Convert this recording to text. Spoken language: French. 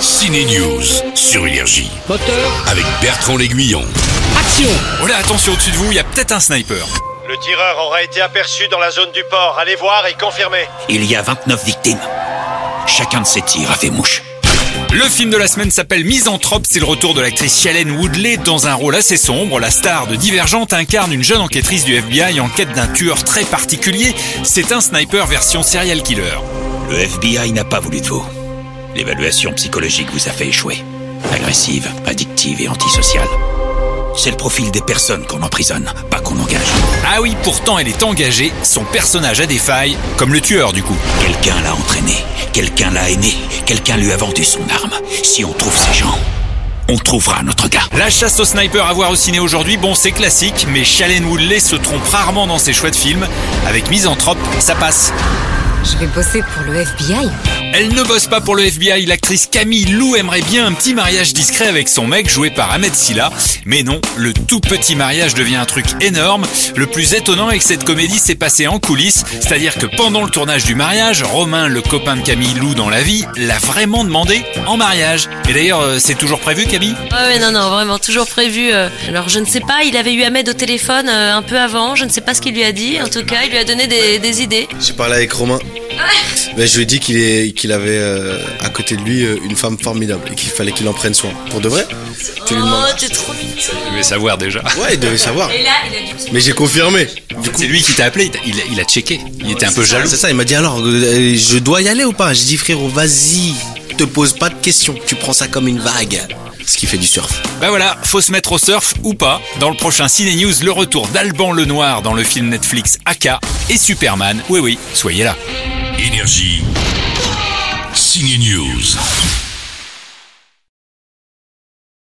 Ciné News sur Énergie Moteur, avec Bertrand L'Aiguillon. action Oh là, attention au-dessus de vous, il y a peut-être un sniper. Le tireur aura été aperçu dans la zone du port. Allez voir et confirmez. Il y a 29 victimes. Chacun de ces tirs a fait mouche. Le film de la semaine s'appelle Misanthrope, c'est le retour de l'actrice Shailene Woodley dans un rôle assez sombre. La star de Divergente incarne une jeune enquêtrice du FBI en quête d'un tueur très particulier. C'est un sniper version serial killer. Le FBI n'a pas voulu de vous. L'évaluation psychologique vous a fait échouer. Agressive, addictive et antisociale. C'est le profil des personnes qu'on emprisonne, pas qu'on engage. Ah oui, pourtant elle est engagée, son personnage a des failles, comme le tueur du coup. Quelqu'un l'a entraîné, quelqu'un l'a aimé, quelqu'un lui a vendu son arme. Si on trouve ces gens, on trouvera notre gars. La chasse au sniper à voir au ciné aujourd'hui, bon c'est classique, mais Shailene Woodley se trompe rarement dans ses choix de films. Avec Misanthrope, ça passe. Je vais bosser pour le FBI. Elle ne bosse pas pour le FBI, l'actrice Camille Lou aimerait bien un petit mariage discret avec son mec joué par Ahmed Silla, mais non, le tout petit mariage devient un truc énorme. Le plus étonnant est que cette comédie s'est passée en coulisses, c'est-à-dire que pendant le tournage du mariage, Romain, le copain de Camille Lou dans la vie, l'a vraiment demandé en mariage. Et d'ailleurs, euh, c'est toujours prévu Camille Ouais, ouais, non, non, vraiment, toujours prévu. euh. Alors, je ne sais pas, il avait eu Ahmed au téléphone euh, un peu avant, je ne sais pas ce qu'il lui a dit. En tout cas, il lui a donné des, des idées. J'ai parlé avec Romain. Mais je lui ai dit qu'il est- qu'il avait euh, à côté de lui euh, une femme formidable et qu'il fallait qu'il en prenne soin. Pour de vrai Tu lui Oh, demandes. t'es trop mignon. Je vais savoir déjà. Ouais, il devait savoir. Et là, il a dit Mais j'ai confirmé. Du coup, C'est lui qui t'a appelé, il t'a- il, il a checké, il était un peu jaloux. C'est ça, il m'a dit alors, euh, je dois y aller ou pas J'ai dit frérot, vas-y, te pose pas de questions. Tu prends ça comme une vague. Ce qui fait du surf. Bah voilà, faut se mettre au surf ou pas. Dans le prochain Ciné News, le retour d'Alban Lenoir dans le film Netflix AK et Superman. Oui oui, soyez là. Énergie. Signe News.